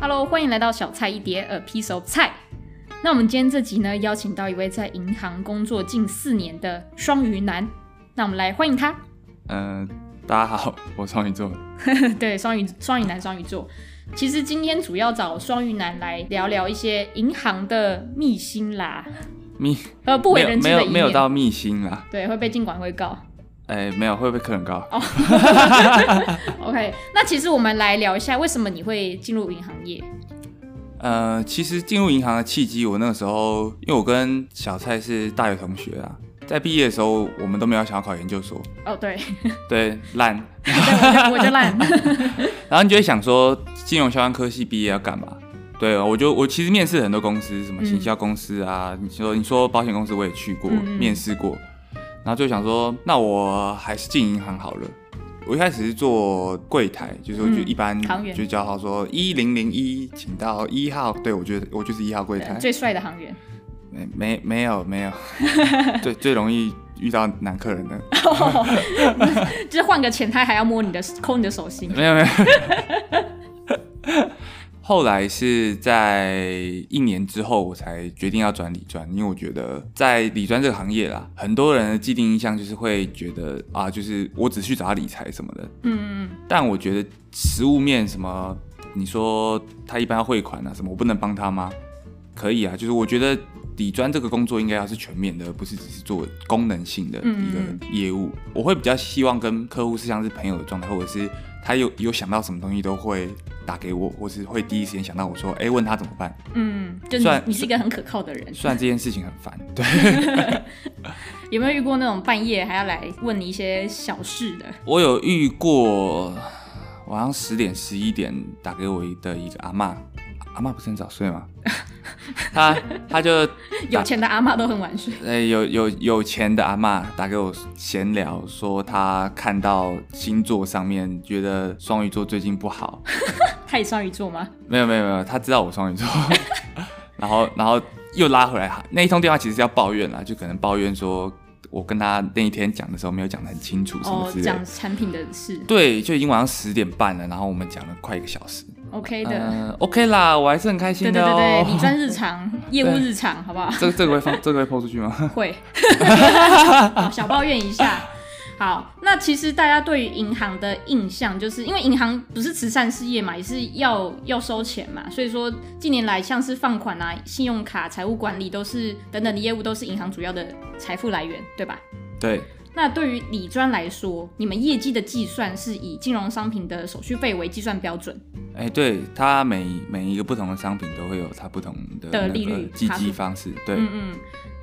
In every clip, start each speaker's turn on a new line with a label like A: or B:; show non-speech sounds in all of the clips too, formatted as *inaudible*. A: Hello，欢迎来到小菜一碟，A piece of 菜。那我们今天这集呢，邀请到一位在银行工作近四年的双鱼男，那我们来欢迎他。 *laughs*
B: 嗯、大家好，我双鱼座。
A: 对，双鱼双鱼男双鱼座。其实今天主要找双鱼男来聊聊一些银行的秘辛啦，
B: 密
A: 呃，不为
B: 没有
A: 人知
B: 没
A: 的一面。
B: 有没有到密心啦，
A: 对，会被尽管会告。
B: 哎、没有会不会可能高？
A: 哦 OK，那其实我们来聊一下，为什么你会进入银行业？
B: 呃，其实进入银行的契机，我那个时候因为我跟小蔡是大学同学啊，在毕业的时候我们都没有想要考研究所，
A: 哦，
B: *laughs*
A: 对，
B: 对，烂。
A: 对我就我就
B: *laughs*
A: 烂。
B: 然后你就会想说，金融相关科系毕业要干嘛？对，我就我其实面试很多公司，什么
A: 嗯
B: 行销公司啊，你说你说保险公司我也去过、
A: 嗯嗯
B: 面试过，然后就想说，那我还是进银行好了。我一开始是做柜台，就是我就
A: 嗯
B: 一般
A: 行员
B: 就叫他说一零零一，请到一号。对我觉得我就是一号柜台，
A: 最帅的行员，
B: 没没没有没有， *laughs* 最最容易遇到男客人的，
A: 就是换个钱他还要摸你的抠你的手心。
B: 没有 *laughs* 没有。后来是在一年之后，我才决定要转理专，因为我觉得在理专这个行业啦，很多人的既定印象就是会觉得啊，就是我只去找他理财什么的。
A: 嗯嗯
B: 但我觉得实物面什么，你说他一般要汇款啊什么，我不能帮他吗？可以啊，就是我觉得理专这个工作应该要是全面的，而不是只是做功能性的一
A: 嗯
B: 个业务。我会比较希望跟客户是像是朋友的状态，或者是他有有想到什么东西都会打给我，或是会第一时间想到我说，哎、问他怎么办。
A: 嗯，就你
B: 算
A: 你是一个很可靠的人。
B: 虽然这件事情很烦，对
A: 有没有遇过那种半夜还要来问你一些小事的？
B: 我有遇过晚上十点十一点打给我的一个阿嬷，阿嬷不是很早睡吗？她她就
A: 有钱的阿嬷都很晚睡。 *laughs*
B: 呃、有有有钱的阿嬷打给我闲聊，说她看到星座上面觉得双鱼座最近不好，
A: 他也双鱼座吗？
B: 没有没有没有，她知道我双鱼座， *laughs* 然后 *laughs* 然后又拉回来，那一通电话其实是要抱怨啦，就可能抱怨说我跟她那一天讲的时候没有讲得很清楚什么
A: 哦
B: 之，类的。
A: 讲产品的事
B: 对，就已经晚上十点半了，然后我们讲了快一个小时。
A: ，OK 的。
B: 嗯、o k 啦，我还是很开
A: 对
B: 心
A: 对
B: 的
A: 对
B: 哦。
A: 对，
B: *laughs*
A: 理专日常、业务日常，好不好？
B: 这个这个会放，这个会抛出去吗？ *laughs*
A: 会，好小抱怨一下。好，那其实大家对于银行的印象，就是因为银行不是慈善事业嘛，也是要要收钱嘛，所以说近年来像是放款啊、信用卡、财务管理都是等等的业务，都是银行主要的财富来源，对吧？
B: 对，
A: 那对于理专来说，你们业绩的计算是以金融商品的手续费为计算标准
B: 哎，对，它每每一个不同的商品都会有它不同的
A: 的
B: 那
A: 利
B: 个
A: 率
B: 计
A: 差
B: 机
A: 数
B: 方式。对，
A: 嗯嗯，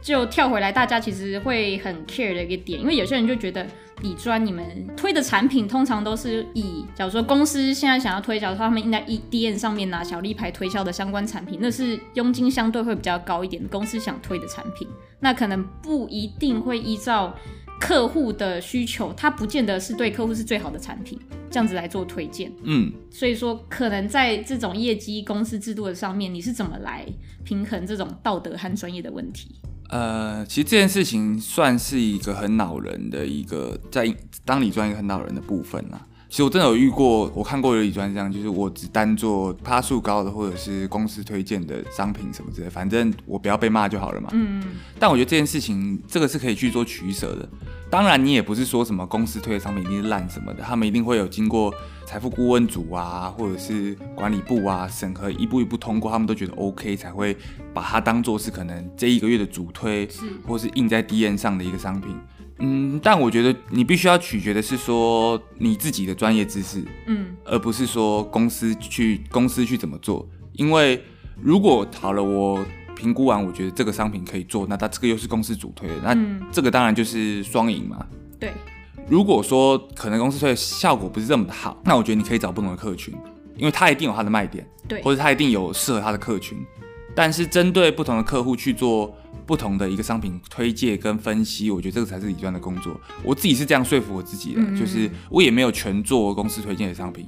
A: 就跳回来，大家其实会很 care 的一个点，因为有些人就觉得理专你们推的产品通常都是以，假如说公司现在想要推，假如说他们应该 EDN 上面拿小立牌推销的相关产品，那是佣金相对会比较高一点，公司想推的产品，那可能不一定会依照。客户的需求，它不见得是对客户是最好的产品，这样子来做推荐。
B: 嗯，
A: 所以说，可能在这种业绩公司制度的上面，你是怎么来平衡这种道德和专业的问题？
B: 呃，其实这件事情算是一个很恼人的一个，在当理专一个很恼人的部分啦。其实我真的有遇过，我看过有理专这样，就是我只单做趴数高的或者是公司推荐的商品什么之类，反正我不要被骂就好了嘛。
A: 嗯，
B: 但我觉得这件事情，这个是可以去做取舍的。当然，你也不是说什么公司推的商品一定是烂什么的，他们一定会有经过财富顾问组啊，或者是管理部啊审核，一步一步通过，他们都觉得 OK 才会把它当做是可能这一个月的主推，
A: 是
B: 或是印在 DN 上的一个商品。嗯，但我觉得你必须要取决的是说你自己的专业知识，
A: 嗯
B: 而不是说公司去公司去怎么做。因为如果好了，我评估完，我觉得这个商品可以做，那它这个又是公司主推的，那
A: 嗯，
B: 这个当然就是双赢嘛。
A: 对，
B: 如果说可能公司推的效果不是这么的好，那我觉得你可以找不同的客群，因为它一定有它的卖点，
A: 对
B: 或者它一定有适合它的客群。但是针对不同的客户去做不同的一个商品推介跟分析，我觉得这个才是理专的工作。我自己是这样说服我自己的，
A: 嗯
B: 就是我也没有全做公司推荐的商品，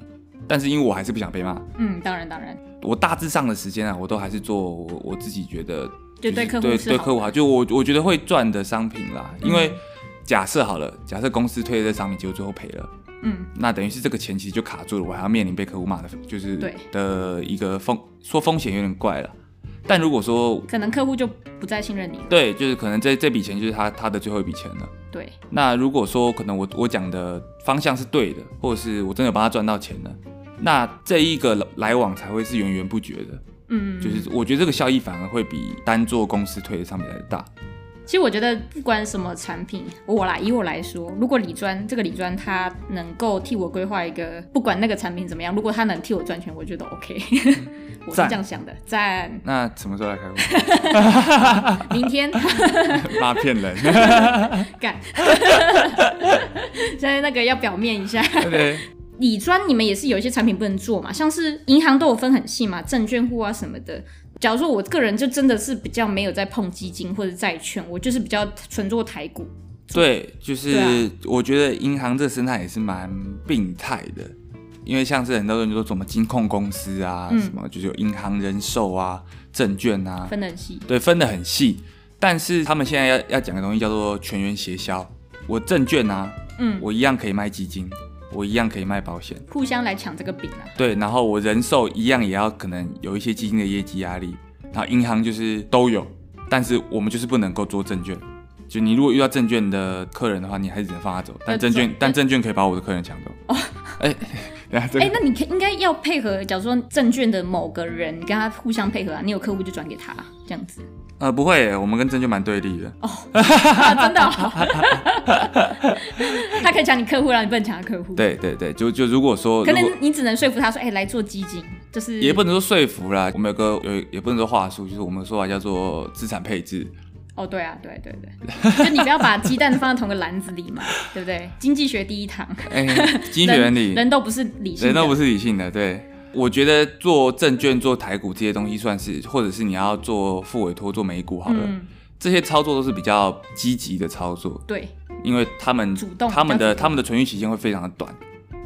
B: 但是因为我还是不想被骂，
A: 嗯，当然当然，
B: 我大致上的时间啊，我都还是做我我自己觉得
A: 就对
B: 是
A: 客户
B: 对
A: 是
B: 对
A: 好嗯
B: 客户好，就我我觉得会赚的商品啦，因为假设好了，假设公司推的这商品结果最后赔了，
A: 嗯，
B: 那等于是这个钱其实就卡住了，我还要面临被客户骂的，就是
A: 对
B: 的一个风说风险有点怪了。但如果说
A: 可能客户就不再信任你了。
B: 对，就是可能这这笔钱就是他他的最后一笔钱了。
A: 对，
B: 那如果说可能我我讲的方向是对的，或者是我真的有帮他赚到钱了，那这一个来来往才会是源源不绝的。
A: 嗯，
B: 就是我觉得这个效益反而会比单做公司推的商品来的大。
A: 其实我觉得不管什么产品，我来以我来说，如果理专这个理专它能够替我规划一个，不管那个产品怎么样，如果它能替我赚钱，我觉得 OK。我 *laughs* 是
B: 赞
A: 这样想的，赞。
B: 那什么时候来开会？ *laughs*
A: 明天 *laughs*
B: 妈骗人！ *laughs*
A: 干， *laughs* 现在那个要表面一下。
B: 对，
A: 理专你们也是有一些产品不能做嘛，像是银行都有分很细嘛，证券户啊什么的。假如说我个人就真的是比较没有在碰基金或者债券，我就是比较纯做台股。
B: 对，就是、
A: 对啊
B: 我觉得银行这个生态也是蛮病态的，因为像是很多人说什么金控公司啊，
A: 嗯
B: 什么就是有银行人寿啊、证券啊，
A: 分得很细。
B: 对，分得很细。但是他们现在要要讲的东西叫做全员协销。我证券啊，
A: 嗯，
B: 我一样可以卖基金，我一样可以卖保险，
A: 互相来抢这个饼啊。
B: 对，然后我人寿一样也要可能有一些基金的业绩压力，然后银行就是都有，但是我们就是不能够做证券。就你如果遇到证券的客人的话，你还是只能放他走，但
A: 呃
B: 证券
A: 这
B: 但证券可以把我的客人抢走。哦，哎， *laughs* 然后这
A: 哎、
B: 个
A: 那你可应该要配合，假如说证券的某个人，你跟他互相配合啊，你有客户就转给他这样
B: *laughs*
A: 子。
B: 呃不会，我们跟证券蛮对立的。
A: 啊、真的哦、 *laughs* 他可以抢你客户，然后你不能抢他客户。，
B: 对对对，就就如果说
A: 可
B: 如果
A: 能你只能说服他说，哎、来做基金，就是
B: 也不能说说服啦，我们有个有也不能说话术，就是我们说法叫做资产配置。
A: 哦，对啊，对对对， *laughs* 就你不要把鸡蛋放在同个篮子里嘛， *laughs* 对不对？经济学第一堂， *laughs*
B: 哎，经济学原理
A: 人，人都不是理性的，
B: 人都不
A: 是
B: 是理性的，对。我觉得做证券、做台股这些东西，算是或者是你要做副委托、做美股好了，
A: 嗯，
B: 这些操作都是比较积极的操作，
A: 对，
B: 因为他们
A: 主动
B: 他们
A: 比较
B: 的
A: 主动
B: 他们的存续期间会非常的短。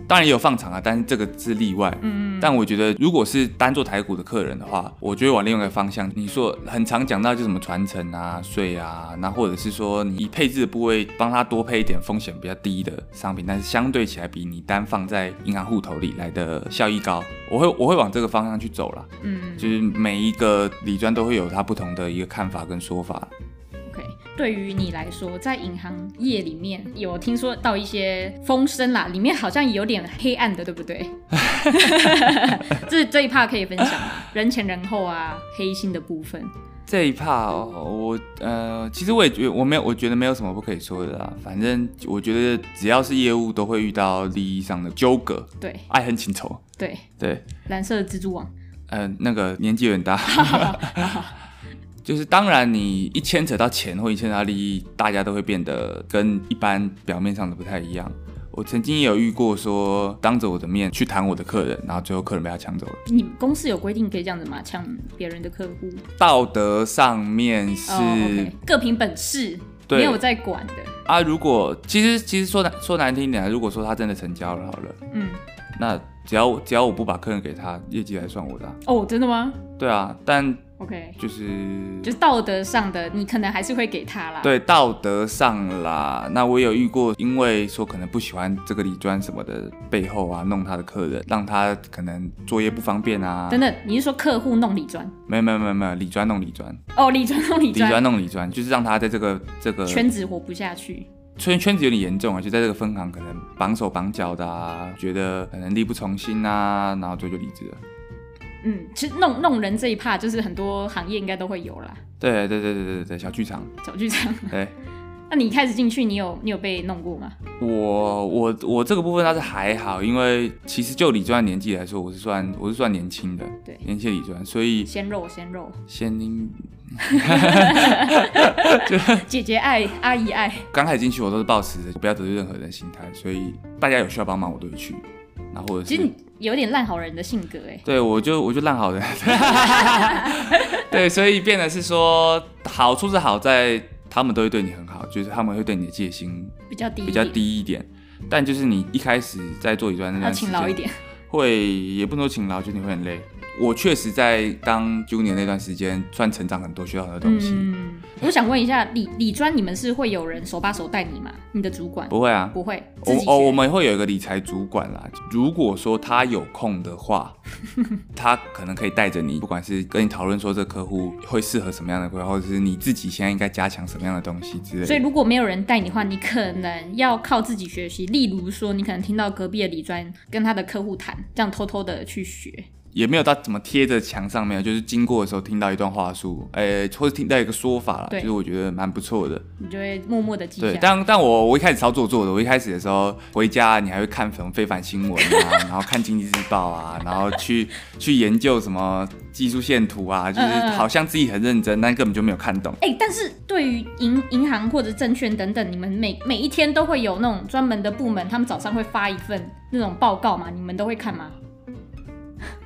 B: 当然也有放长啊，但是这个是例外。
A: 嗯，
B: 但我觉得，如果是单做台股的客人的话，我觉得往另外一个方向。你说很常讲到就什么传承啊、税啊，那或者是说你以配置的部位帮他多配一点风险比较低的商品，但是相对起来比你单放在银行户头里来的效益高。我会我会往这个方向去走啦，
A: 嗯
B: 就是每一个理专都会有他不同的一个看法跟说法。
A: ，OK。对于你来说，在银行业里面有听说到一些风声啦，里面好像有点黑暗的，对不
B: *laughs*
A: 对？ *laughs* 这这一趴可以分享吗人前人后啊，黑心的部分。
B: 这一趴、哦，我呃，其实我也觉我没有，我觉得没有什么不可以说的啦。反正我觉得只要是业务，都会遇到利益上的纠葛，
A: 对
B: 爱恨情仇。
A: 对，
B: 对，
A: 蓝色的蜘蛛网。
B: 呃，那个年纪有点大，
A: *laughs*
B: 就是当然你一牵扯到钱或一牵扯到利益，大家都会变得跟一般表面上的不太一样。我曾经也有遇过说，当着我的面去谈我的客人，然后最后客人被他抢走了。
A: 你们公司有规定可以这样子吗？抢别人的客户？
B: 道德上面是、
A: 哦，OK，各凭本事，
B: 对
A: 没有在管的。
B: 啊，如果其实其实说难说难听一点啊，如果说他真的成交了好了，
A: 嗯，
B: 那只要只要我不把客人给他，业绩还算我的啊、
A: 哦，真的吗
B: 对啊，但
A: ？OK，
B: 就是
A: 就是道德上的，你可能还是会给他啦。，
B: 对道德上啦，那我有遇过，因为说可能不喜欢这个理专什么的，背后啊弄他的客人，让他可能作业不方便啊。
A: 等等，你是说客户弄理专？
B: 没有没有没有没有，理专弄理专，
A: 哦，理专弄理
B: 理
A: 专，
B: 专弄理专，就是让他在这个这个
A: 圈子活不下去。
B: 圈圈子有点严重啊，就在这个分行可能绑手绑脚的啊，觉得可能力不从心啊，然后最后就离职了。
A: 嗯，其实弄弄人这一趴，就是很多行业应该都会有啦。
B: 对对对对对对，小剧场。
A: 小剧场，
B: 对
A: *laughs* 那你一开始进去，你有你有被弄过吗？
B: 我我我这个部分倒是还好，因为其实就理专的年纪来说，我是算我是算年轻的，
A: 对
B: 年轻的理专，所以
A: 鲜肉，鲜肉，
B: 先
A: 姐姐爱，阿姨爱。
B: 刚开始进去，我都是抱持着不要得罪任何人的心态，所以大家有需要帮忙我都会去，然后或者
A: 其
B: 是
A: 实你有点烂好人的性格哎、
B: 对，我就我就烂好人， *laughs* 对，所以变得是说，好处是好在他们都会对你很好，就是他们会对你的戒心
A: 比较低一
B: 比
A: 点，
B: 较低嗯一点，但就是你一开始在做理专那
A: 要
B: 段时
A: 勤
B: 间，
A: 劳一点。
B: 会也不能说勤劳，就是你会很累，我确实在当 junior 那段时间，算成长很多，学到很多东西。
A: 嗯，我想问一下，理理专你们是会有人手把手带你吗？你的主管
B: 不会啊，
A: 不会，
B: 我
A: 自己
B: 哦，
A: 学
B: 我们会有一个理财主管啦。如果说他有空
A: *laughs*
B: 的话，他可能可以带着你，不管是跟你讨论说这客户会适合什么样的规划，或者是你自己现在应该加强什么样的东西之类
A: 所以
B: 的。
A: 如果没有人带你的话，你可能要靠自己学习。例如说，你可能听到隔壁的理专跟他的客户谈，这样偷偷的去学。
B: 也没有到怎么贴着墙上面，就是经过的时候听到一段话术，诶、或者听到一个说法啦，
A: 对
B: 就是我觉得蛮不错的。
A: 你就会默默的记
B: 对，
A: 下。
B: 但但我我一开始操作做的，我一开始的时候回家，你还会看什么非凡新闻啊，
A: *laughs*
B: 然后看经济日报啊，然后去去研究什么技术线图啊，就是
A: 嗯嗯嗯
B: 好像自己很认真，但根本就没有看懂。
A: 哎、但是对于银银行或者证券等等，你们每每一天都会有那种专门的部门，他们早上会发一份那种报告嘛？你们都会看吗？ *laughs*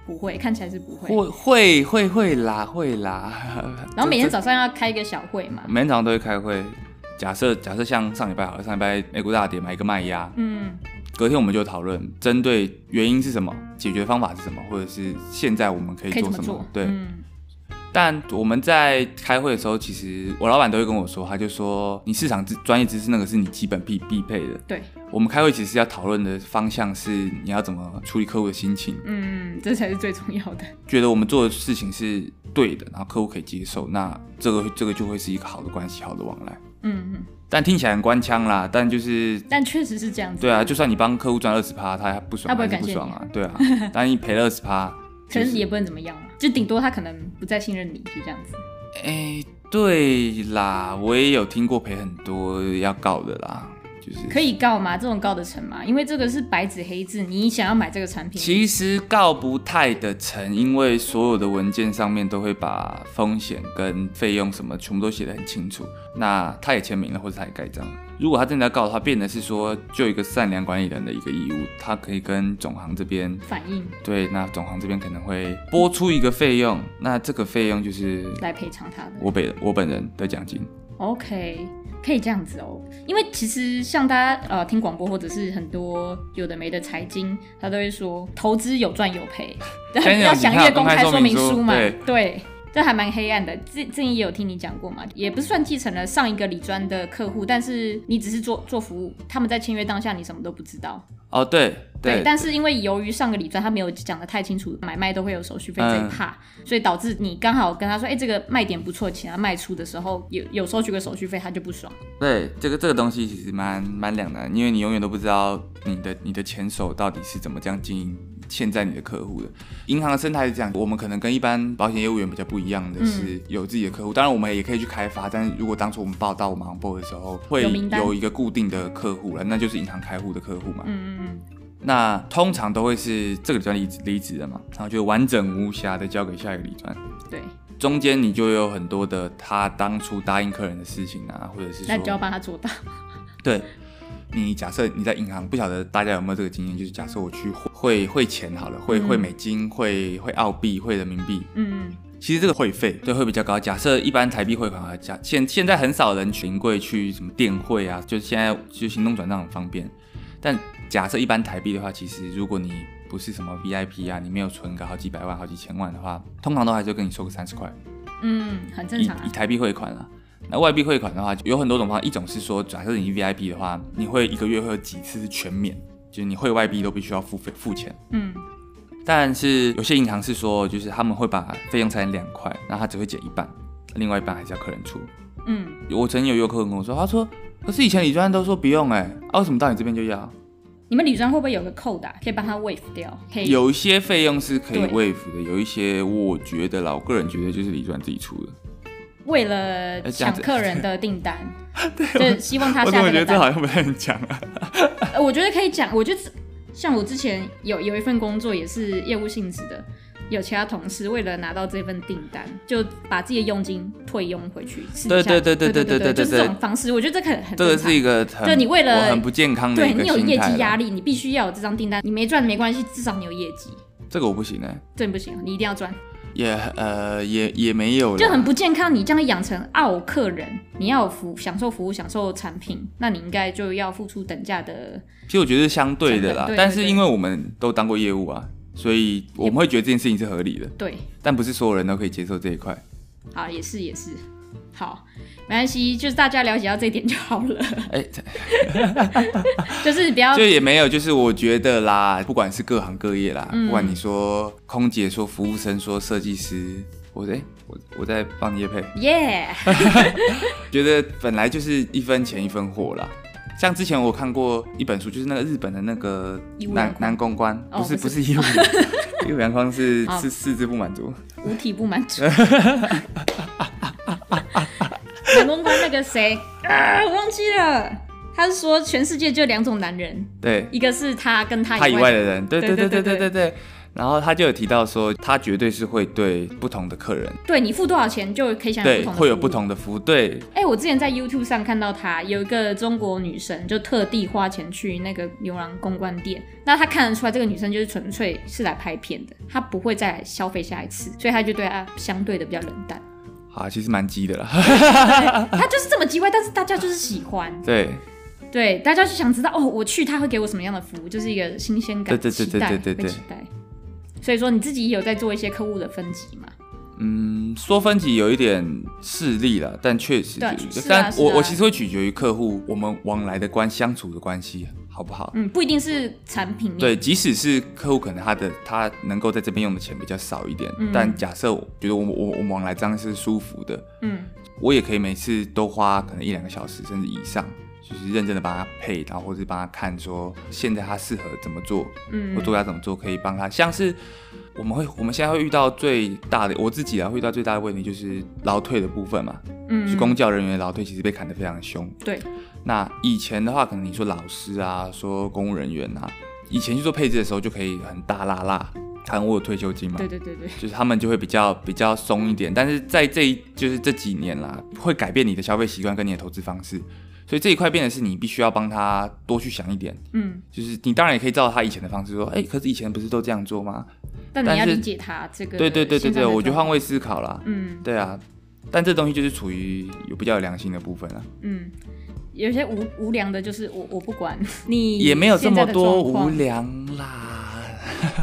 A: 不会，看起来是不会。
B: 会会会会啦，会啦。
A: *laughs* 然后每天
B: 这
A: 早上要开一个小会嘛
B: 这。每天早上都会开会。假设假设像上礼拜好了，上礼拜美股大跌买一个卖压，
A: 嗯，
B: 隔天我们就讨论针对原因是什么，解决方法是什么，或者是现在我们可以
A: 可以
B: 做
A: 怎
B: 什
A: 么
B: 么。
A: 做？
B: 对，
A: 嗯
B: 但我们在开会的时候，其实我老板都会跟我说，他就说你市场知专业知识那个是你基本必必备的。
A: 对，
B: 我们开会其实要讨论的方向是你要怎么处理客户的心情，
A: 嗯，这才是最重要的。
B: 觉得我们做的事情是对的，然后客户可以接受，那这个这个就会是一个好的关系，好的往来。
A: 嗯嗯，
B: 但听起来很官腔啦，但就是
A: 但确实是这样子。
B: 对啊，就算你帮客户赚二十趴，他不爽
A: 他不会
B: 还是
A: 感
B: 不
A: 谢
B: 爽啊，对啊， *laughs* 但你赔了二十趴，
A: 可
B: 就是
A: 是也不能怎么样嘛，就顶多他可能不再信任你，就这样子。
B: 哎，对啦，我也有听过赔很多要告的啦，就是
A: 可以告吗？这种告得成吗？因为这个是白纸黑字，你想要买这个产品，
B: 其实告不太的成，因为所有的文件上面都会把风险跟费用什么全部都写得很清楚。那他也签名了，或者他也盖章了。如果他真的要告的话，变的是说，就一个善良管理人的一个义务，他可以跟总行这边
A: 反应
B: 对，那总行这边可能会拨出一个费用，那这个费用就是
A: 来赔偿他的。
B: 我本我本人的奖金。
A: OK，可以这样子哦。因为其实像大家呃听广播或者是很多有的没的财经，他都会说投资有赚有赔， *laughs*
B: 先有
A: 要详阅公开说明书嘛。
B: 公开说明
A: 对，这还蛮黑暗的。之之前也有听你讲过嘛，也不算继承了上一个理专的客户，但是你只是做做服务，他们在签约当下你什么都不知道。
B: 哦，对对，
A: 但是因为由于上个礼拜他没有讲的太清楚，买卖都会有手续费这
B: 嗯
A: 一趴，所以导致你刚好跟他说，哎、这个卖点不错，请他卖出的时候有有收取个手续费，他就不爽。
B: 对，这个这个东西其实蛮蛮两难，因为你永远都不知道你的你的前手到底是怎么这样经营现在你的客户的。银行的生态是这样，我们可能跟一般保险业务员比较不一样的
A: 嗯
B: 是，有自己的客户，当然我们也可以去开发，但是如果当初我们报到我们行 b 的时候，会
A: 有名单
B: 有一个固定的客户了，那就是银行开户的客户嘛。
A: 嗯嗯
B: 那通常都会是这个理专离职离职了嘛，然后就完整无瑕的交给下一个理专。
A: 嗯，对，
B: 中间你就有很多的他当初答应客人的事情啊，或者是说
A: 那你就要帮他做到。 *laughs*
B: 对，你假设你在银行，不晓得大家有没有这个经验，就是假设我去汇汇汇钱好了，汇
A: 嗯
B: 汇美金、汇汇澳币、汇人民币，
A: 嗯，
B: 其实这个汇费对会比较高。假设一般台币汇款啊，假现现在很少人去临柜去什么电汇啊，就是现在就行动转账很方便。但假设一般台币的话，其实如果你不是什么 VIP 啊，你没有存个好几百万、好几千万的话，通常都还是会跟你收个三十块。
A: 嗯，很正
B: 以
A: 常啊
B: 以。台币汇款啊。那外币汇款的话，有很多种方法，一种是说，假设你 VIP 的话，你会一个月会有几次是全免，就是你汇外币都必须要付费付钱。
A: 嗯，
B: 但是有些银行是说，就是他们会把费用拆成两块，那他只会减一半，另外一半还是要客人出。
A: 嗯，
B: 我曾经有一个客人跟我说，他说，可是以前李专都说不用哎、啊为什么到你这边就要？
A: 你们理专会不会有个扣打、可以帮他 waive 掉？可以。
B: 有一些费用是可以
A: 哎对
B: waive 的，有一些我觉得啦，我个人觉得就是李专自己出的。
A: 为了
B: 这
A: 抢
B: 样子
A: 客人的订
B: *laughs*
A: 单，就希望他
B: 我
A: 下
B: 怎么
A: 这
B: 觉
A: 个
B: 得这
A: 单。
B: 好像不太能讲啊？
A: 呃，我觉得可以讲，我觉得这像我之前有有一份工作也是业务性质的，有其他同事为了拿到这份订单，就把自己的佣金退佣回去。私底
B: 对
A: 下
B: 对对对对
A: 对
B: 对对
A: 就是
B: 对
A: 这种方式，我觉得这个很很
B: 这个
A: 正
B: 是
A: 常。
B: 一个很，
A: 就你为了
B: 我很不健康的
A: 对
B: 一个
A: 你有业
B: 心态
A: 绩
B: 啦
A: 压力，你必须要有这张订单，你没赚没关系，至少你有业绩，
B: 这个我不行哎、
A: 这不行，你一定要赚，
B: 也呃也也没有啦，
A: 就很不健康。你这样养成傲客人，你要有服享受服务，享受产品，那你应该就要付出等价的。
B: 其实我觉得是相对的啦，
A: 对对对
B: 但是因为我们都当过业务啊，所以我们会觉得这件事情是合理的，
A: 对，
B: 但不是所有人都可以接受这一块。
A: 好，也是也是，好，没关系，就是大家了解到这一点就好了，
B: 哎、
A: 就是不要
B: 就也没有，就是我觉得啦，不管是各行各业
A: 嗯
B: 啦，不管你说空姐、说服务生、说设计师，我哎、我我在帮叶配，
A: 耶
B: 觉得本来就是一分钱一分货啦。像之前我看过一本书，就是那个日本的那个
A: 义务
B: 男
A: 阳光
B: 男公关，
A: 哦
B: 不是
A: 不
B: 不
A: 是哦
B: 是义
A: *laughs*
B: 务阳，义务阳光是
A: 好
B: 是四肢不满足，
A: 五体不满
B: *laughs*
A: 足。成功关那个谁啊，我忘记了，他是说全世界就两种男人，
B: 对
A: 一个是他跟他
B: 他以
A: 以
B: 外
A: 的
B: 的人，对
A: 对
B: 对
A: 对
B: 对对
A: 对
B: 对对对。然后他就有提到说，他绝对是会对不同的客人，
A: 对你付多少钱就可以享嗯有不
B: 对
A: 同的
B: 会有
A: 服务
B: 不。同的服务，对
A: 哎、我之前在 YouTube 上看到她有一个中国女生，就特地花钱去那个牛郎公关店。那她看得出来，这个女生就是纯粹是来拍片的，她不会再来消费下一次，所以她就对她相对的比较冷淡。
B: 啊，其实蛮鸡的啦， *laughs*
A: 她就是这么机歪，但是大家就是喜欢。
B: 对
A: 对，大家就想知道哦，我去他会给我什么样的服务，就是一个新鲜感，
B: 对对对
A: 期待
B: 对对对
A: 被期待。所以说你自己也有在做一些客户的分级嘛？
B: 嗯，说分级有一点势利了，但确实
A: 对
B: 有，
A: 是啊
B: 但
A: 是
B: 我、
A: 啊
B: 我其实会取决于客户我们往来的关相处的关系好不好？
A: 嗯，不一定是产品面，
B: 对，即使是客户可能他的他能够在这边用的钱比较少一点，
A: 嗯
B: 但假设我觉得我们我我们往来这样是舒服的，
A: 嗯，
B: 我也可以每次都花可能一两个小时甚至以上，就是认真的帮他配，然后或是帮他看说现在他适合怎么做，
A: 嗯
B: 我做他怎么做可以帮他，像是。我们会，我们现在会遇到最大的，我自己啊会遇到最大的问题就是劳退的部分嘛，就是
A: 嗯，
B: 公教人员劳退其实被砍得非常凶。
A: 对，
B: 那以前的话，可能你说老师啊，说公务人员啊，以前去做配置的时候就可以很大拉拉喊我有退休金嘛，
A: 对对对对，
B: 就是他们就会比较比较松一点。但是在这一就是这几年啦，会改变你的消费习惯跟你的投资方式，所以这一块变的是你必须要帮他多去想一点。
A: 嗯，
B: 就是你当然也可以照他以前的方式说，哎、可是以前不是都这样做吗？
A: 但你要
B: 但是
A: 理解他这个，
B: 对对对对对，我觉得换，位思考啦，
A: 嗯
B: 对啊。但这东西就是处于有比较有良心的部分啊。
A: 嗯，有些无无良的，就是我我不
B: *laughs*
A: 管你
B: 也没有这
A: 现在
B: 么
A: 的
B: 多
A: 状况
B: 无良啦。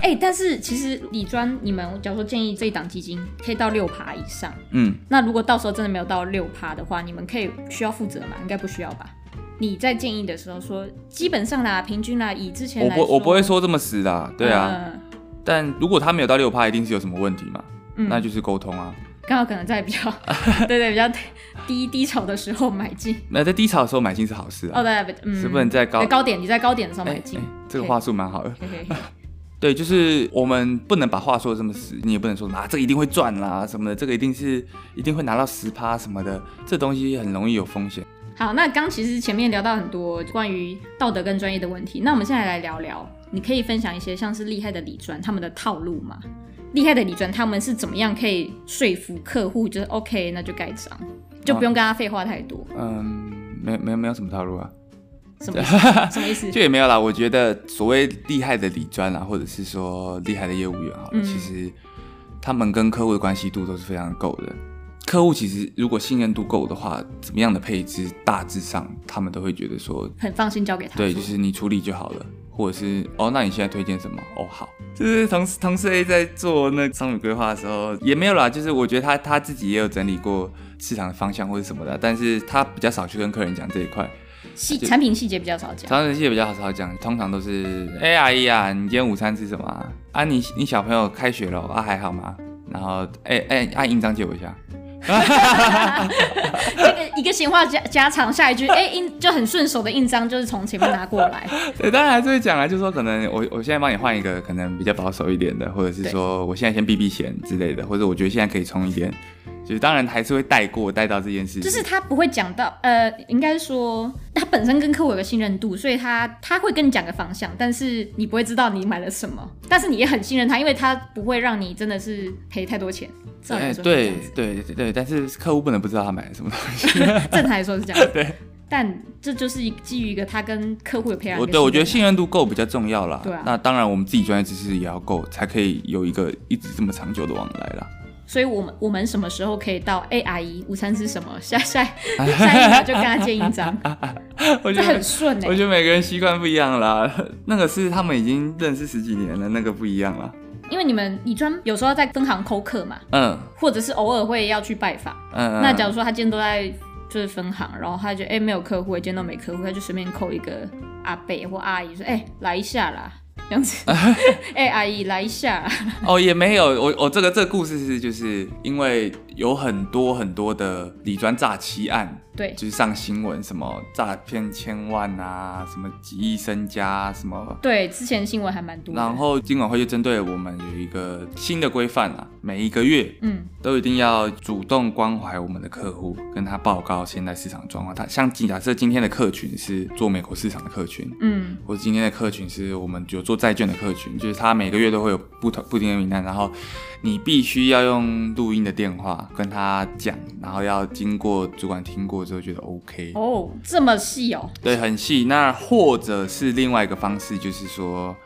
A: 哎、但是其实理专你们，假如说建议这一档基金可以到六趴以上。
B: 嗯，
A: 那如果到时候真的没有到六趴的话，你们可以需要负责吗？应该不需要吧？你在建议的时候说，基本上啦，平均啦，以之前
B: 我
A: 来说，
B: 不我不会，说这么死啦，对啊。
A: 嗯
B: 但如果他没有到六趴，一定是有什么问题嘛，
A: 嗯
B: 那就是沟通啊。
A: 刚好可能在比较， *laughs* 对对，比较低低潮的时候买进。
B: 那在低潮的时候买进是好事啊
A: 哦，，对，嗯，
B: 是不能在高
A: 对高点，你在高点的时候
B: 哎
A: 买进
B: 哎。这个话术蛮好的。
A: 嘿嘿嘿，
B: 对，就是我们不能把话说的这么死，你也不能说啊，这个一定会赚啦什么的，这个一定是一定会拿到十趴什么的，这东西很容易有风险。
A: *laughs* 好，那刚其实前面聊到很多关于道德跟专业的问题，那我们现在来聊聊，你可以分享一些像是厉害的理专他们的套路吗？厉害的理专他们是怎么样可以说服客户，就是 OK，那就盖章，就不用跟他废话太多，
B: 嗯，没没有没有什么套路啊。
A: 什么意思？什么意思？
B: *laughs* 就也没有啦。我觉得所谓厉害的理专啊，或者是说厉害的业务员好了，
A: 嗯
B: 其实他们跟客户的关系度都是非常够的。客户其实如果信任度够的话，怎么样的配置，大致上他们都会觉得说，
A: 很放心交给他。
B: 对，就。是你处理就好了，或者是哦，那你现在推荐什么？哦，好，就是同事同事 A 在做那商品规划的时候也没有啦，就是我觉得他他自己也有整理过市场的方向或者什么的，啊但是他比较少去跟客人讲这一块。
A: 细产品细节比较少讲，
B: 常人也比较好讲，通常都是哎、阿姨啊，你今天午餐吃什么啊？啊你你小朋友开学了哦啊还好吗？然后哎哎按印章借我一下， *laughs*
A: 这个一个闲话家家常，下一句哎印、就很顺手的印章就是从前面拿过来，
B: 对，当然还是会讲啊，就说可能我我现在帮你换一个可能比较保守一点的，或者是
A: 对
B: 说我现在先避避嫌之类的，或者我觉得现在可以冲一点，就是当然还是会带过带到这件事情，哎
A: 就是他不会讲到，呃，应该说他本身跟客户有个信任度，所以他他会跟你讲个方向，但是你不会知道你买了什么，但是你也很信任他，因为他不会让你真的是赔太多钱。照理来
B: 哎
A: 说是这
B: 对
A: 样子
B: 对对对，但是客户不能不知道他买了什么东西。
A: 正常来说是这
B: *laughs*
A: 样。对，但这就是一基于一个他跟客户的培养。
B: 我对我觉得信任度够比较重要啦。
A: 啊对啊
B: 那当然我们自己专业知识也要够，才可以有一个一直这么长久的往来啦。 *laughs*
A: 所以我们我们什么时候可以到？哎、阿姨，午餐吃什么？ *laughs* 下下下一秒就跟他建一
B: *laughs*
A: 张，
B: 我
A: 这
B: 觉得
A: 很顺哎、
B: *laughs* 我觉得每个人习惯不一样啦，那个是他们已经认识十几年了，那个不一样啦。
A: 因为你们理专有时候在分行口渴嘛，
B: 嗯
A: 或者是偶尔会要去拜访。
B: 嗯，
A: 那
B: 嗯
A: 假如说他今天都在就是分行，然后他就哎、诶没有客户，今天都没客户，他就随便扣一个阿伯或阿姨说哎、诶来一下啦，这样
B: *laughs*
A: 子，哎、阿姨来一下啦，
B: 哦，也没有，我我这个这个故事是就是因为有很多很多的理专诈欺案，
A: 对
B: 就是上新闻什么诈骗千万啊，什么几亿身家、啊、什么。
A: 对，之前新闻还蛮多的。
B: 然后金管会就针对我们有一个新的规范啊，每一个月
A: 嗯，
B: 都一定要主动关怀我们的客户，跟他报告现在市场状况。他像假设今天的客群是做美国市场的客群，
A: 嗯
B: 或者今天的客群是我们有做债券的客群，就是他每个月都会有不同不停的名单，然后你必须要用录音的电话跟他讲，然后要经过主管听过之后觉得 OK，、
A: 哦，这么细哦，
B: 对，很细。那或者是另外一个方式，就是说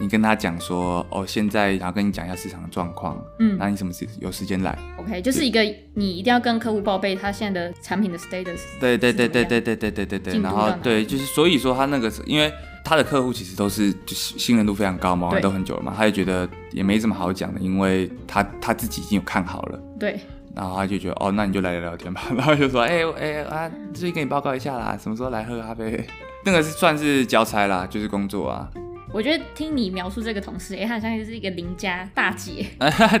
B: 你跟他讲说，哦，现在想要跟你讲一下市场的状况，
A: 嗯
B: 那你什么时有时间来？
A: ，OK，就是一个你一定要跟客户报备他现在的产品的 status。
B: 对对对
A: 是怎么
B: 对
A: 样
B: 对对对对对对，
A: 进度
B: 然
A: 到
B: 后
A: 哪里
B: 对，就是所以说他那个是因为他的客户其实都是就是信任度非常高嘛，
A: 对
B: 都很久了嘛，他就觉得也没什么好讲的，因为他他自己已经有看好了。
A: 对，
B: 然后他就觉得哦，那你就来聊聊天吧。然后就说，哎、哎、啊，最近跟你报告一下啦，什么时候来喝咖啡？那个是算是交差啦，就是工作啊。
A: 我觉得听你描述这个同事，哎、他好像是一个邻家大姐，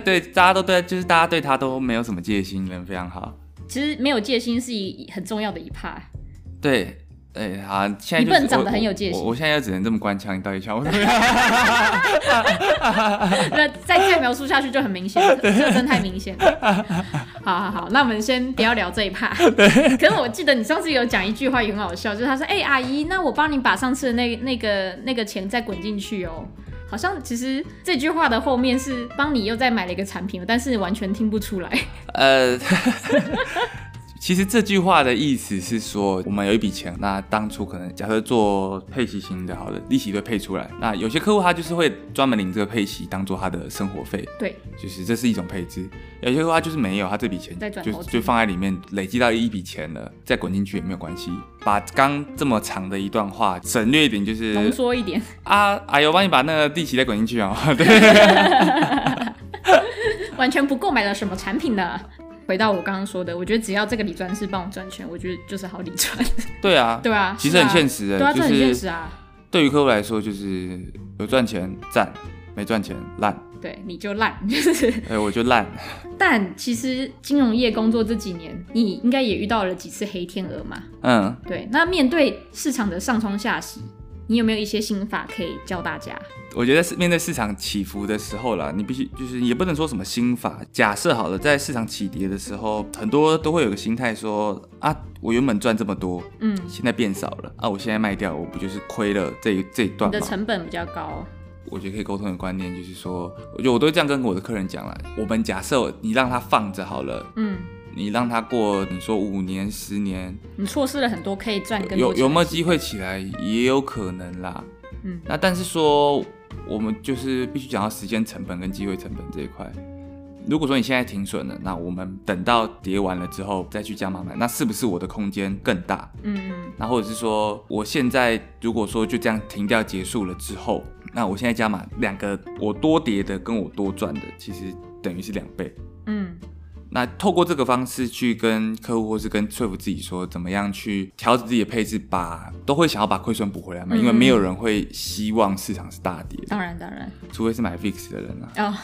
B: 对，大家都对，就是大家对他都没有什么戒心，人非常好。
A: 其实没有戒心是一很重要的一 part。
B: 对，哎、好，现在、就是、
A: 你笨长
B: 我
A: 得很有戒心
B: 我我我现在就只能这么官腔，你到底想我怎么样？ *laughs*
A: 那再再描述下去就很明显，这这真太明显了。
B: *laughs*
A: 好好好，那我们先不要聊这一趴。可是我记得你上次有讲一句话也很好笑，就是他说：“哎、阿姨，那我帮你把上次的那那个那个钱再滚进去哦。”好像其实这句话的后面是帮你又再买了一个产品，但是完全听不出来。 *laughs*
B: 呃， *laughs* 其实这句话的意思是说，我们有一笔钱，那当初可能假设做配息型的，好了，利息都配出来。那有些客户他就是会专门领这个配息当做他的生活费，
A: 对，
B: 就是这是一种配置。有些客户他就是没有，他这笔钱
A: 再转
B: 就
A: 投资
B: 就放在里面，累积到一笔钱了，再滚进去也没有关系。把刚这么长的一段话省略一点，就是
A: 浓缩一点。
B: 啊，哎呦，帮你把那个利息再滚进去哦。 *laughs* 对，
A: 完全不购买了什么产品呢？回到我刚刚说的，我觉得只要这个理专是帮我赚钱，我觉得就是好理专， *laughs*
B: 对啊，
A: 对啊，
B: 其实很现
A: 实、
B: 实
A: 啊，
B: 的，
A: 对啊，
B: 就
A: 这很
B: 是
A: 现实啊。
B: 对于客户来说，就是有赚钱赞，没赚钱烂。
A: 对，你就烂，就是。
B: 哎，我就烂。
A: 但其实金融业工作这几年，你应该也遇到了几次黑天鹅嘛？
B: 嗯，
A: 对，那面对市场的上冲下洗，你有没有一些心法可以教大家？
B: 我觉得是面对市场起伏的时候啦，你必须就是也不能说什么心法。假设好了，在市场起跌的时候，很多都会有个心态说啊，我原本赚这么多，
A: 嗯，
B: 现在变少了啊，我现在卖掉，我不就是亏了这一这一
A: 你
B: 段
A: 的
B: 吗？
A: 成本比较高，
B: 我觉得可以沟通的观念就是说，我觉得我都会这样跟我的客人讲啦，我们假设你让他放着好了，
A: 嗯，
B: 你让他过，你说五年、十年，
A: 你错失了很多可以赚更多
B: 有
A: 钱
B: 有没有机会起来，也有可能啦。
A: 嗯
B: 那但是说，我们就是必须讲到时间成本跟机会成本这一块。如果说你现在停损了，那我们等到跌完了之后再去加码买，那是不是我的空间更大？
A: 嗯
B: 那或者是说，我现在如果说就这样停掉结束了之后，那我现在加码两个我多跌的跟我多赚的，其实等于是两倍。
A: 嗯嗯，
B: 那透过这个方式去跟客户或是跟说服自己说，怎么样去调整自己的配置，把都会想要把亏损补回来嘛，
A: 嗯
B: 因为没有人会希望市场是大跌的，
A: 当然当然
B: 除非是买 VIX 的人啊。
A: 哦，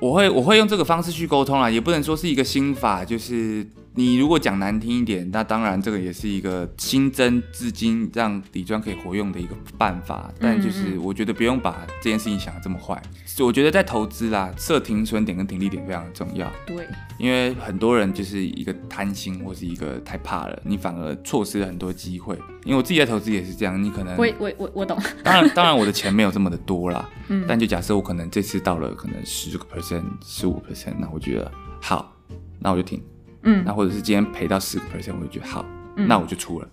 B: 我会我会用这个方式去沟通啦，也不能说是一个心法，就是你如果讲难听一点，那当然这个也是一个新增资金让底砖可以活用的一个办法，但就是我觉得不用把这件事情想的这么坏。我觉得在投资啦，设停损点跟停利点非常重要。
A: 对，
B: 因为很多人就是一个贪心或是一个太怕了，你反而错失了很多机会。因为我自己在投资也是这样，你可能
A: 我我我我懂，
B: 当然 *laughs* 当然我的钱没有这么的多啦，
A: 嗯
B: 但就假设我可能这次到了可能十个 percent、十五 percent，那我觉得好，那我就停。
A: 嗯
B: 那，或者是今天赔到十个 percent，我就觉得好，
A: 嗯
B: 那我就出了。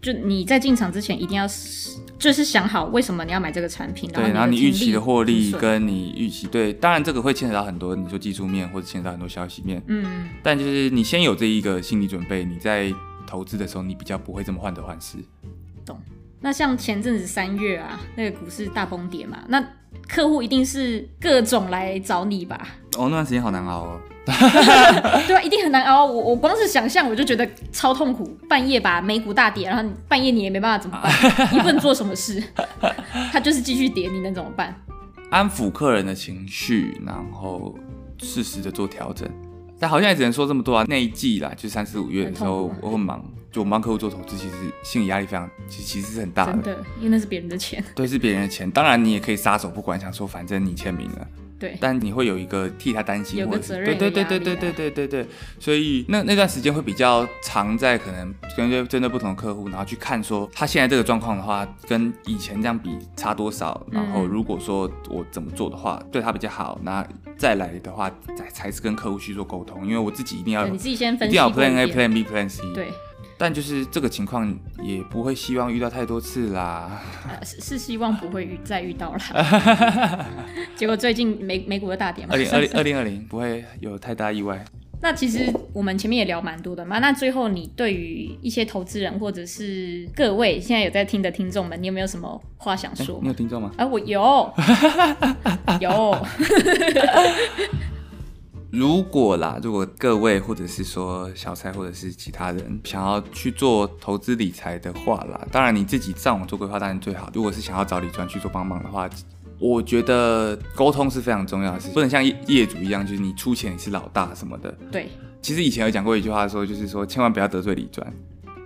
A: 就你在进场之前一定要是就是想好为什么你要买这个产品，
B: 对，
A: 后
B: 然后你
A: 停
B: 预期的获利
A: 止损
B: 跟你预期对，当然这个会牵扯到很多，你说技术面或者牵扯到很多消息面，
A: 嗯。
B: 但就是你先有这一个心理准备，你在投资的时候，你比较不会这么患得患失。
A: 那像前阵子三月啊，那个股市大崩跌嘛，那客户一定是各种来找你吧？ *laughs*
B: 哦，那段时间好难熬哦。
A: 对啊，一定很难熬。我我光是想象我就觉得超痛苦。半夜吧，美股大跌，然后你半夜你也没办法怎么
B: *laughs*
A: 办？你不能做什么事，它就是继续跌，你能怎么办？
B: 安抚客人的情绪，然后适时的做调整。但好像也只能说这么多啊。那一季啦，就三四五月的时
A: 很
B: 候
A: 痛，苦
B: 我很忙，就我们帮客户做投资，其实心理压力非常，其其实是很大
A: 真的，因为那是别人的钱。
B: 对，是别人的钱，当然你也可以撒手不管，想说反正你签名了，
A: 对，
B: 但你会有一个替他担心，
A: 有个
B: 或者是
A: 责任
B: 对
A: 的
B: 对
A: 压
B: 对对
A: 力啊
B: 对对对对，所以那那段时间会比较常在可能针对针对不同的客户，然后去看说他现在这个状况的话，跟以前这样比差多少，然后
A: 嗯
B: 如果说我怎么做的话对他比较好，那再来的话才才是跟客户去做沟通，因为我自己一定要
A: 对你自己先
B: 呃一
A: 分
B: 定
A: 析
B: 要有
A: 过一
B: Plan A、
A: 遍
B: Plan B、Plan C，，
A: 对，
B: 但就是这个情况也不会希望遇到太多次啦。
A: 呃是是希望不会遇再遇到了。
B: *laughs*
A: 结果最近美美股的大跌嘛
B: 二，零二
A: *laughs*
B: 零二零二零不会有太大意外。
A: 那其实我们前面也聊蛮多的嘛，那最后你对于一些投资人或者是各位现在有在听的听众们，你有没有什么话想
B: 哎
A: 说吗？
B: 你有听众吗？
A: 啊，我有， *laughs* 有，
B: 如果啦，如果各位或者是说小蔡或者是其他人想要去做投资理财的话啦，当然你自己上网做规划当然最好。如果是想要找理专去做帮忙的话，我觉得沟通是非常重要的事情，不能像业业主一样，就是你出钱你是老大什么的。
A: 对，
B: 其实以前有讲过一句话说，就是说千万不要得罪理专，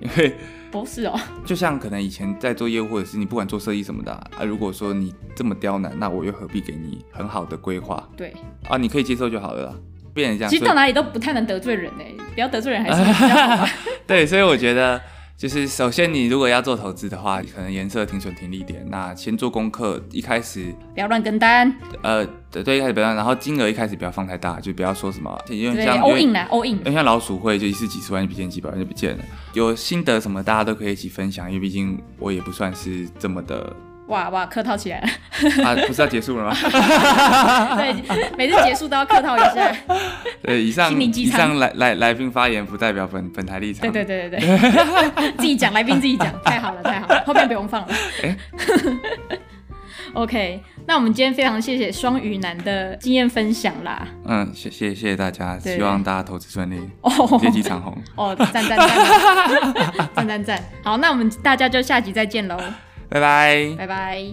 B: 因为
A: 不是哦，
B: 就像可能以前在做业务，或者是你不管做生意什么的啊，啊如果说你这么刁难，那我又何必给你很好的规划
A: 对，
B: 啊？你可以接受就好了啦，变成这样。
A: 其实
B: 所以
A: 到哪里都不太能得罪人哎、不要得罪人
B: *laughs*
A: 还是比较好吧
B: 对，所以我觉得就是首先你如果要做投资的话，可能颜色停损停利点，那先做功课，一开始
A: 不要乱跟单，
B: 呃对对，一开始不要，然后金额一开始不要放太大，就不要说什么，因为
A: 对
B: 像
A: ，all in
B: 因为
A: 啦，all in，
B: 因为像老鼠会就一次几十万就不见几百万就不见了，有心得什么大家都可以一起分享，因为毕竟我也不算是这么的
A: 哇哇，客套起来了， *laughs*
B: 啊，不是要结束了吗？ *laughs*
A: 对，每次结束都要客套一下，
B: 对，以上
A: 心灵鸡
B: 以
A: 汤
B: 上来来来宾发言不代表本本台立场。
A: 对对对对对， *laughs* 自己讲，来宾自己讲，太好了太好了，后面不用放了。
B: 哎
A: *laughs* OK，那我们今天非常谢谢双鱼男的经验分享啦。
B: 嗯，谢谢谢谢大家，
A: 对
B: 希望大家投资顺利，
A: 哦
B: 业绩
A: *laughs*
B: 长虹。
A: 哦，赞赞赞，赞赞赞。好，那我们大家就下集再见喽，
B: 拜拜。
A: 拜拜。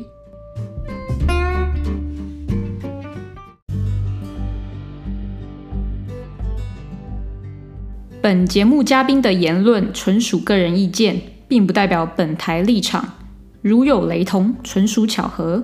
A: 本节目嘉宾的言论纯属个人意见，并不代表本台立场，如有雷同，纯属巧合。